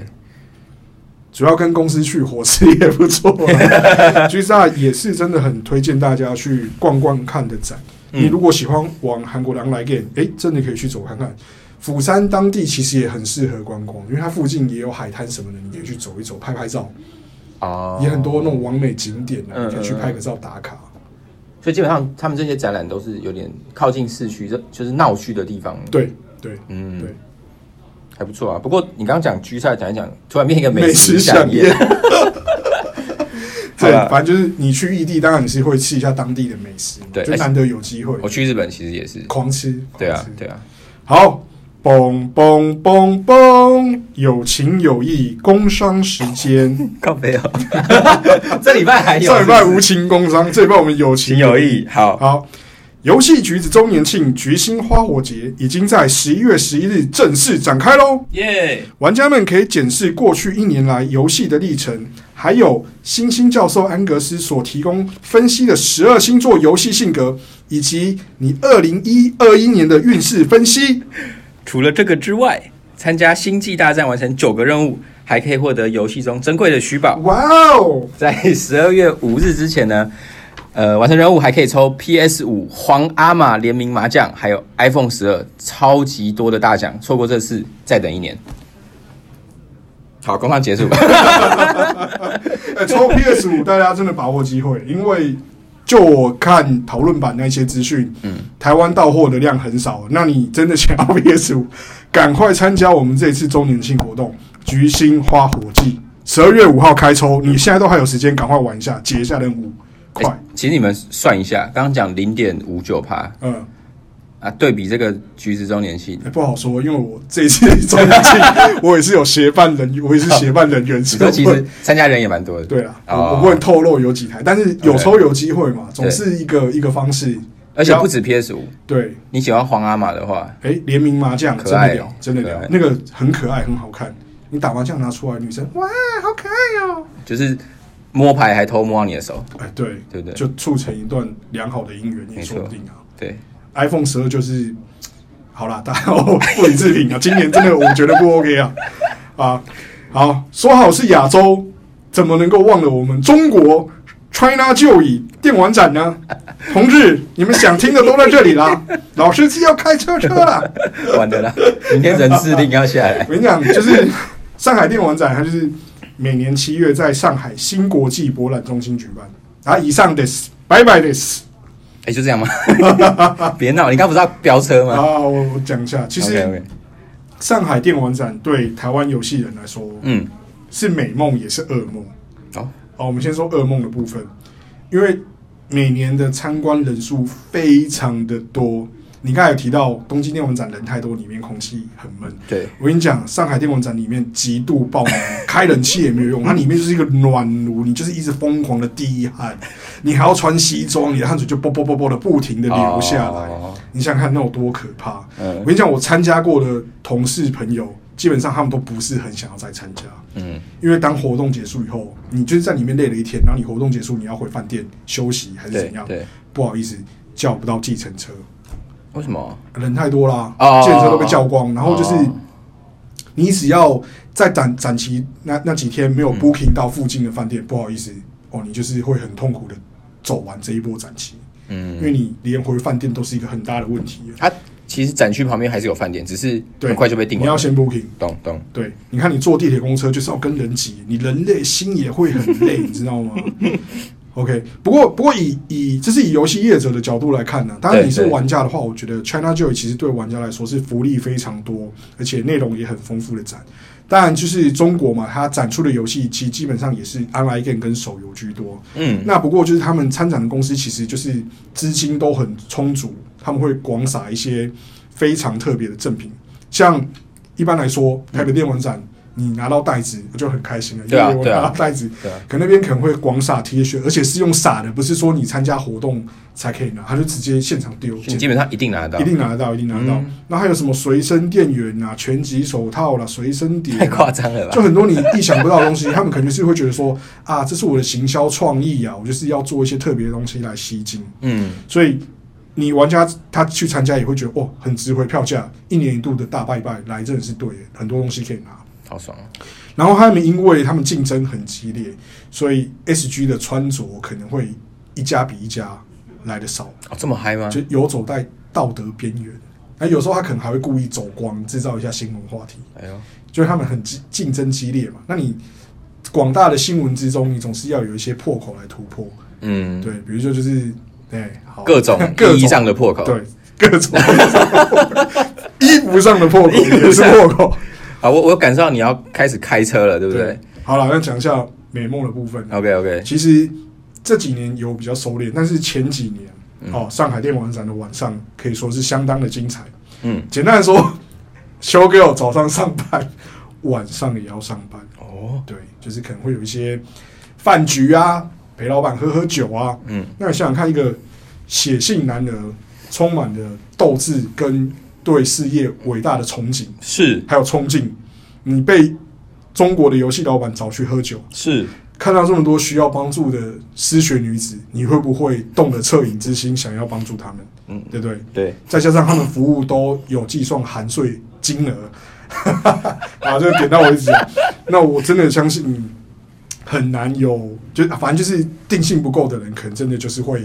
Speaker 1: 主要跟公司去，伙食也不错啊。
Speaker 2: [LAUGHS]
Speaker 1: 其实啊，也是真的很推荐大家去逛逛看的展。
Speaker 2: 嗯
Speaker 1: 你如果喜欢往韩国狼来 game，哎、真的可以去走看看。釜山当地其实也很适合观光，因为它附近也有海滩什么的，你可以去走一走、拍拍照。
Speaker 2: 哦，
Speaker 1: 也很多那种完美景点啊，
Speaker 2: 嗯
Speaker 1: 你可以去拍个照打卡。
Speaker 2: 所以基本上他们这些展览都是有点靠近市区，这就是闹区的地方。，
Speaker 1: 对对
Speaker 2: 嗯，
Speaker 1: 对，
Speaker 2: 还不错啊。不过你刚刚讲居菜讲一讲，突然变一个
Speaker 1: 美
Speaker 2: 食
Speaker 1: 食
Speaker 2: 飨
Speaker 1: 飨宴
Speaker 2: 宴。。好
Speaker 1: 对，
Speaker 2: 啦
Speaker 1: 反正就是你去异地，当然你是会吃一下当地的美食嘛，
Speaker 2: 对
Speaker 1: 就
Speaker 2: 而且
Speaker 1: 难得有机会
Speaker 2: 我，去日本其实也是。
Speaker 1: 狂吃。
Speaker 2: 对啊
Speaker 1: 狂吃，
Speaker 2: 对啊，
Speaker 1: 好，嘣嘣嘣嘣，有情有义，工商时
Speaker 2: [LAUGHS]
Speaker 1: 间。
Speaker 2: 告别哦。 [LAUGHS] 这礼拜还有，
Speaker 1: 上礼拜
Speaker 2: 哎是不是
Speaker 1: 无情工商，这礼拜我们有情
Speaker 2: 情有义。好，
Speaker 1: 好，游戏橘子周年庆橘星花火节已经在十一月十一日正式展开喽。
Speaker 2: 耶！
Speaker 1: 玩家们可以检视过去一年来游戏的历程，还有星星教授安格斯所提供分析的十二星座游戏性格，以及你二零一二一年的运势分析。
Speaker 2: 除了这个之外，参加星际大战完成九个任务，还可以获得游戏中珍贵的虚宝。
Speaker 1: 哇哦，
Speaker 2: 在十二月五日之前呢，呃，完成任务还可以抽 PS 五皇阿玛联名麻将，还有 iPhone 十二，超级多的大奖，错过这次再等一年。好，工商结束吧。 [LAUGHS]
Speaker 1: 呃抽 PS 五，大家真的把握机会，因为就我看讨论版那些资讯，嗯，台湾到货的量很少。那你真的想要 [LAUGHS] PS 五，赶快参加我们这次周年庆活动——菊星花火季，十二月五号开抽，你现在都还有时间，赶快玩一下，解一下任务，快
Speaker 2: 哎欸！其实你们算一下，刚刚讲零点五九趴，
Speaker 1: 嗯，
Speaker 2: 啊，对比这个橘子周年庆，
Speaker 1: 哎不好说，因为我这一次周年庆， [LAUGHS] 我也是有协办人员，我也是协办人员，
Speaker 2: [LAUGHS] 你
Speaker 1: 所以
Speaker 2: 说
Speaker 1: 我
Speaker 2: 其
Speaker 1: 不能
Speaker 2: 实参加人也蛮多的，
Speaker 1: 对啊啦，我
Speaker 2: 哦
Speaker 1: 我不能透露有几台，但是有抽有机会嘛，总是一个一个方式。
Speaker 2: 而且不止 PS 五，
Speaker 1: 对，
Speaker 2: 你喜欢皇阿玛的话，
Speaker 1: 哎，联名麻将真
Speaker 2: 可爱
Speaker 1: 的聊，真的聊
Speaker 2: 可爱，
Speaker 1: 那个很可爱，很好看。你打麻将拿出来，女生哇，好可爱哦！
Speaker 2: 就是摸牌还偷摸到你的手，
Speaker 1: 哎，对
Speaker 2: 对不对
Speaker 1: 就促成一段良好的姻缘也说不定啊。
Speaker 2: 对， [LAUGHS]
Speaker 1: iPhone 十二就是好啦， [LAUGHS] 大家我不予置评啊。今年真的我觉得不 OK 啊 [LAUGHS] 啊！好，说好是亚洲，怎么能够忘了我们中国 China 就以电玩展呢？同志，你们想听的都在这里啦。老司机要开车车啦。
Speaker 2: 完的啦，明天人事令要下来
Speaker 1: 我，跟你讲，就是上海电玩展，它就是每年七月在上海新国际博览中心举办。啊，以上 this，拜拜 this。
Speaker 2: 哎、就这样吗？ [LAUGHS] 别闹，你刚不是要飙车吗？
Speaker 1: 啊，我我讲一下，其实
Speaker 2: o k o k
Speaker 1: 上海电玩展对台湾游戏人来说
Speaker 2: 嗯，哦
Speaker 1: 是美梦也是噩梦。
Speaker 2: 好、
Speaker 1: 好，我们先说噩梦的部分，因为每年的参观人数非常的多。你刚才有提到东京电玩展人太多，里面空气很闷。
Speaker 2: 对，
Speaker 1: 我跟你讲，上海电玩展里面极度爆满，开冷气也没有用，它里面就是一个暖炉，你就是一直疯狂的滴汗，你还要穿西装，你的汗水就啵啵啵啵的不停的流下来。
Speaker 2: 哦
Speaker 1: 你想想看，那有多可怕？我
Speaker 2: 嗯
Speaker 1: 跟你讲，我参加过的同事朋友，基本上他们都不是很想要再参加，
Speaker 2: 嗯，
Speaker 1: 因为当活动结束以后，你就是在里面累了一天，然后你活动结束，你要回饭店休息还是
Speaker 2: 对
Speaker 1: 怎样？
Speaker 2: 对，
Speaker 1: 不好意思，叫不到计程车，
Speaker 2: 为什么？
Speaker 1: 人太多啦，
Speaker 2: 哦
Speaker 1: 计程车都被叫光，然后就是。
Speaker 2: 哦
Speaker 1: 你只要在展展期那那几天
Speaker 2: 嗯
Speaker 1: 没有 booking 到附近的饭店，不好意思哦，你就是会很痛苦的走完这一波展期，因为
Speaker 2: 嗯，
Speaker 1: 你连回饭店都是一个很大的问题了。
Speaker 2: 它其实展区旁边还是有饭店，只是
Speaker 1: 对，
Speaker 2: 很快就被订
Speaker 1: 你
Speaker 2: 完
Speaker 1: 要
Speaker 2: 了。
Speaker 1: 先 booking。
Speaker 2: 懂懂，
Speaker 1: 对，你看你坐地铁、公车就是要跟人挤，你人累，心也会很累，你知道吗？OK，不过不过以以这是以游戏业者的角度来看呢、啊当然
Speaker 2: 对
Speaker 1: 你是
Speaker 2: 对
Speaker 1: 玩家的话，我觉得 China Joy 其实对玩家来说是福利非常多，而且内容也很丰富的展。当然就是中国嘛，它展出的游戏其实基本上也是 online game 跟手游居多。
Speaker 2: 嗯，
Speaker 1: 那不过就是他们参展的公司其实就是资金都很充足，他们会广撒一些非常特别的赠品，像一般来说台北电玩展。你拿到袋子我就很开心了，因
Speaker 2: 嗯对啊
Speaker 1: 为我
Speaker 2: 对啊
Speaker 1: 拿到袋子，
Speaker 2: 对啊
Speaker 1: 可那边可能会广撒 T 恤，而且是用撒的，不是说你参加活动才可以拿，他就直接现场丢，
Speaker 2: 你基本上一定拿得到
Speaker 1: 一，定拿得到，一定拿得到
Speaker 2: 嗯。
Speaker 1: 那还有什么随身电源啊、拳击手套啦、随身碟
Speaker 2: 太
Speaker 1: 啊，
Speaker 2: 夸张了
Speaker 1: 就
Speaker 2: 吧？
Speaker 1: 很多你意想不到的东西，他 [LAUGHS] 们可能就是会觉得说啊，这是我的行销创意啊，我就是要做一些特别的东西来吸睛。
Speaker 2: 嗯，
Speaker 1: 所以你玩家他去参加也会觉得哦，很值回票价，一年一度的大拜拜来真的是对的，很多东西可以拿。
Speaker 2: 好爽哦。
Speaker 1: 然后他们因为他们竞争很激烈，所以 SG 的穿着可能会一家比一家来的少，
Speaker 2: 哦，这么嗨吗？
Speaker 1: 就游走在道德边缘。那有时候他可能还会故意走光，制造一下新闻话题。
Speaker 2: 哎呦，
Speaker 1: 就是他们很激竞争激烈嘛。那你广大的新闻之中，你总是要有一些破口来突破。
Speaker 2: 嗯，
Speaker 1: 对，比如说就是哎，好
Speaker 2: 各种
Speaker 1: [LAUGHS] 各
Speaker 2: 意义
Speaker 1: 种
Speaker 2: 上的破口。
Speaker 1: 对各种衣服上的破口也是破口。
Speaker 2: 啊，我我感受到你要开始开车了，对不对，
Speaker 1: 好了，那讲一下美梦的部分。
Speaker 2: ？OK OK，
Speaker 1: 其实这几年有比较收敛，但是前几年、哦，上海电玩展的晚上可以说是相当的精彩。
Speaker 2: 嗯，
Speaker 1: 简单的说，修哥有早上上班，晚上也要上班。
Speaker 2: 哦，
Speaker 1: 对，就是可能会有一些饭局啊，陪老板喝喝酒啊。
Speaker 2: 嗯，
Speaker 1: 那你想想看，一个写信男儿，充满了斗志跟对事业伟大的憧憬，
Speaker 2: 是
Speaker 1: 还有冲劲，你被中国的游戏老板找去喝酒，
Speaker 2: 是，
Speaker 1: 看到这么多需要帮助的失学女子，你会不会动了恻隐之心，想要帮助他们？
Speaker 2: 嗯，
Speaker 1: 对不对？
Speaker 2: 对，
Speaker 1: 再加上他们服务都有计算含税金额， [LAUGHS] 啊， [LAUGHS] 就点到为止。那我真的相信很难有，就反正就是定性不够的人，可能真的就是会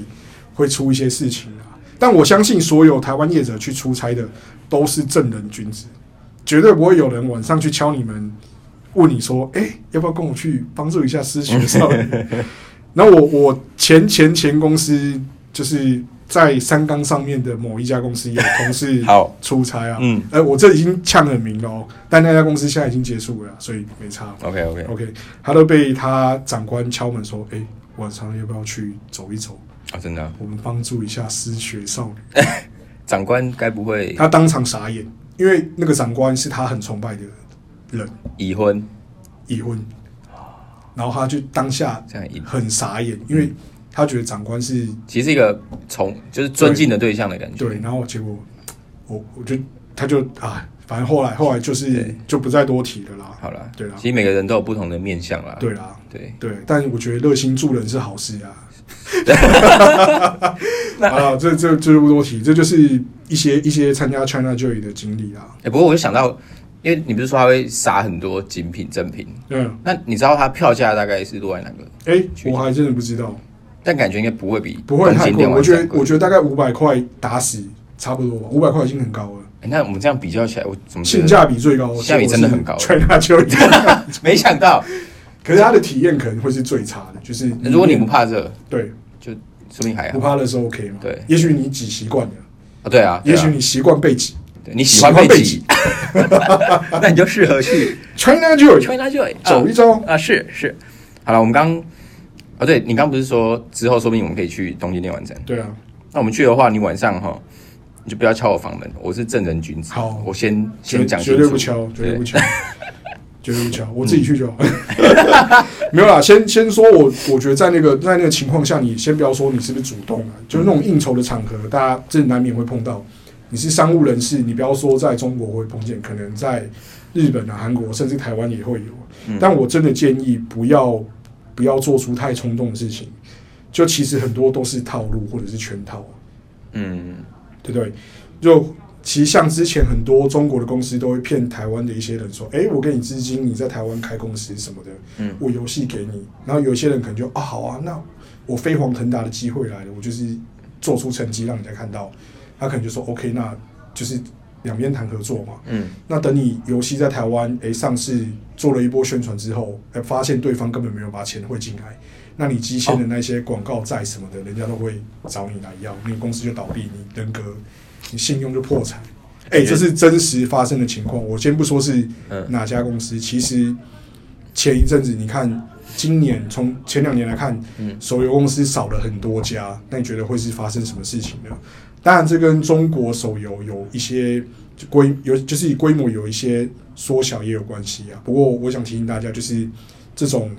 Speaker 1: 会出一些事情啊。但我相信所有台湾业者去出差的都是正人君子，绝对不会有人晚上去敲你们，问你说：“哎、要不要跟我去帮助一下失学少女？” [LAUGHS] 然后我我前前前公司就是在三冈上面的某一家公司有同事
Speaker 2: [LAUGHS] 好
Speaker 1: 出差啊，
Speaker 2: 嗯
Speaker 1: 呃，我这已经呛很明了哦，但那家公司现在已经结束了啊，所以没差。
Speaker 2: ，OK OK，
Speaker 1: OK，他都被他长官敲门说：“哎、晚上要不要去走一走？
Speaker 2: 啊，真的啊，
Speaker 1: 我们帮助一下失学少女。”
Speaker 2: 长官该不会
Speaker 1: 他当场傻眼，因为那个长官是他很崇拜的人，
Speaker 2: 已婚？
Speaker 1: 已婚，然后他就当下
Speaker 2: 这样已嗯
Speaker 1: 很傻眼，因为他觉得长官是
Speaker 2: 其实是一个从就是尊敬的对象的感觉。
Speaker 1: 对，然后结果我我就他就啊，反正后来后来就是就不再多提了啦。
Speaker 2: 好啦，
Speaker 1: 对啦啊
Speaker 2: 其实每个人都有不同的面相啦。
Speaker 1: 对啦，
Speaker 2: 对，
Speaker 1: 对，但我觉得热心助人是好事
Speaker 2: [LAUGHS]
Speaker 1: 啊。啊，这这这就不多提，这就是一些一些参加 China Joy 的经历啊。
Speaker 2: 哎、不过我就想到，因为你不是说他会撒很多精品赠品，
Speaker 1: 嗯，
Speaker 2: 那你知道他票价大概是落在哪个？
Speaker 1: 哎、我还真的不知道，
Speaker 2: 但感觉应该不会比
Speaker 1: 不会
Speaker 2: 东
Speaker 1: 太
Speaker 2: 京
Speaker 1: 贵，
Speaker 2: 电
Speaker 1: 我
Speaker 2: 玩
Speaker 1: 觉
Speaker 2: 展
Speaker 1: 得
Speaker 2: 贵。
Speaker 1: 我觉得大概五百块打死差不多吧，五百块已经很高了。
Speaker 2: 哎那我们这样比较起来，我怎么觉
Speaker 1: 性
Speaker 2: [LAUGHS] 得
Speaker 1: 价啊比最高，
Speaker 2: 性价比真的很高
Speaker 1: China Joy，
Speaker 2: 没想到？
Speaker 1: [LAUGHS] 可是它的体验可能会是最差的，就是
Speaker 2: 如果你不怕热，
Speaker 1: 对
Speaker 2: 说明还
Speaker 1: 不
Speaker 2: 好。
Speaker 1: 怕热是 OK 嘛，
Speaker 2: 对
Speaker 1: 也许你挤习惯了，
Speaker 2: 啊，对啊，对
Speaker 1: 也
Speaker 2: 啊
Speaker 1: 许你习惯被挤
Speaker 2: 对你喜欢
Speaker 1: 喜欢被
Speaker 2: 被挤， [LAUGHS] 那你就适
Speaker 1: [LAUGHS]
Speaker 2: 合去
Speaker 1: ，China Joy
Speaker 2: China Joy
Speaker 1: 走一遭，
Speaker 2: 啊，是是。好了，我们刚啊，对你刚不是说之后说不定我们可以去东京电玩展？
Speaker 1: 对啊，
Speaker 2: 那我们去的话，你晚上哈，你就不要敲我房门，我是正人君子。
Speaker 1: 好
Speaker 2: 我先
Speaker 1: 绝
Speaker 2: 先讲
Speaker 1: 绝
Speaker 2: 清
Speaker 1: 对
Speaker 2: 楚
Speaker 1: 不。敲，绝对不
Speaker 2: [LAUGHS]
Speaker 1: 敲，绝对不敲，我自己去就好。 [LAUGHS] 没有啦，先先说我，我觉得在那个在那个情况下，你先不要说你是不是主动啊，就是那种应酬的场合，大家这难免会碰到。你是商务人士，你不要说在中国会碰见，可能在日本啊、韩国甚至台湾也会有。
Speaker 2: 嗯
Speaker 1: 但我真的建议不要不要做出太冲动的事情，就其实很多都是套路或者是圈套啊。
Speaker 2: 嗯，
Speaker 1: 对不对？就其实像之前很多中国的公司都会骗台湾的一些人说，哎，我给你资金，你在台湾开公司什么的，
Speaker 2: 嗯
Speaker 1: 我游戏给你。然后有些人可能就啊，好啊，那我飞黄腾达的机会来了，我就是做出成绩让人家看到，他可能就说 OK，那就是两边谈合作嘛。
Speaker 2: 嗯，
Speaker 1: 那等你游戏在台湾诶上市做了一波宣传之后，诶发现对方根本没有把钱汇进来，那你积欠的那些广告债什么的，人家都会找你来要，你公司就倒闭，你人格、你信用就破产。
Speaker 2: 嗯
Speaker 1: 诶，这是真实发生的情况。我先不说是
Speaker 2: 嗯
Speaker 1: 哪家公司，其实前一阵子你看，今年从前两年来看，
Speaker 2: 嗯
Speaker 1: 手游公司少了很多家，那你觉得会是发生什么事情呢？当然，这跟中国手游有一些就规有就是规模有一些缩小也有关系啊。不过我想提醒大家，就是这种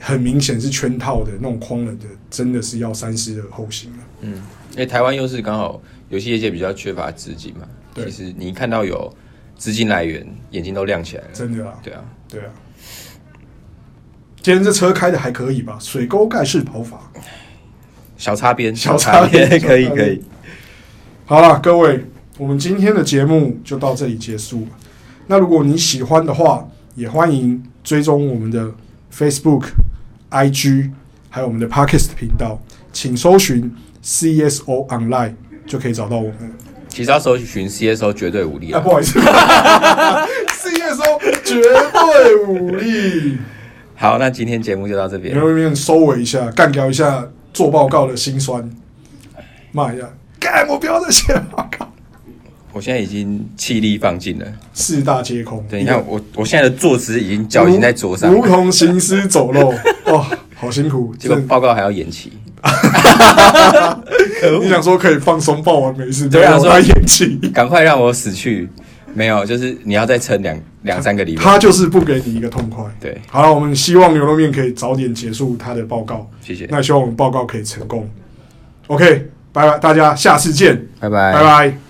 Speaker 1: 很明显是圈套的那种诓人的，真的是要三思而后行了、啊。
Speaker 2: 因为台湾又是刚好游戏业界比较缺乏资金嘛，
Speaker 1: 对
Speaker 2: 其实你一看到有资金来源，眼睛都亮起来了。
Speaker 1: 真的啊，
Speaker 2: 对啊，
Speaker 1: 对啊。今天这车开的还可以吧？水沟盖式跑法。
Speaker 2: 小擦边，
Speaker 1: 小擦边 [LAUGHS] 小擦边
Speaker 2: 可以可以。
Speaker 1: 好了，各位，我们今天的节目就到这里结束了。那如果你喜欢的话，也欢迎追踪我们的 Facebook、IG，还有我们的 Podcast 频道，请搜寻 CSO Online 就可以找到我们。
Speaker 2: 其实要搜寻 CSO 绝对武力
Speaker 1: 啊，
Speaker 2: 啊
Speaker 1: 不，好意思，CSO 绝对武力。
Speaker 2: 好，那今天节目就到这边
Speaker 1: 你。后面收尾一下，干掉一下做报告的辛酸，骂一下，干我不要再写报告，
Speaker 2: 我现在已经气力放尽了。
Speaker 1: 四大皆空。
Speaker 2: 对，你看我，我现在的坐姿已经脚已经在桌上
Speaker 1: 如，如同行尸走肉，
Speaker 2: [LAUGHS]
Speaker 1: 哦，好辛苦。
Speaker 2: 结果
Speaker 1: 真的
Speaker 2: 报告还要延期。 [LAUGHS]
Speaker 1: 你想 [LAUGHS] 说可以放松报完没事，
Speaker 2: 对啊
Speaker 1: 没有
Speaker 2: 说
Speaker 1: 他演技，
Speaker 2: [LAUGHS] 赶快让我死去！没有，就是你要再撑两两三个礼拜。
Speaker 1: 他就是不给你一个痛快。
Speaker 2: 对，
Speaker 1: 好了，我们希望牛肉面可以早点结束他的报告，
Speaker 2: 谢谢，
Speaker 1: 那希望我们报告可以成功。OK，拜拜，大家下次见，
Speaker 2: 拜拜，
Speaker 1: 拜拜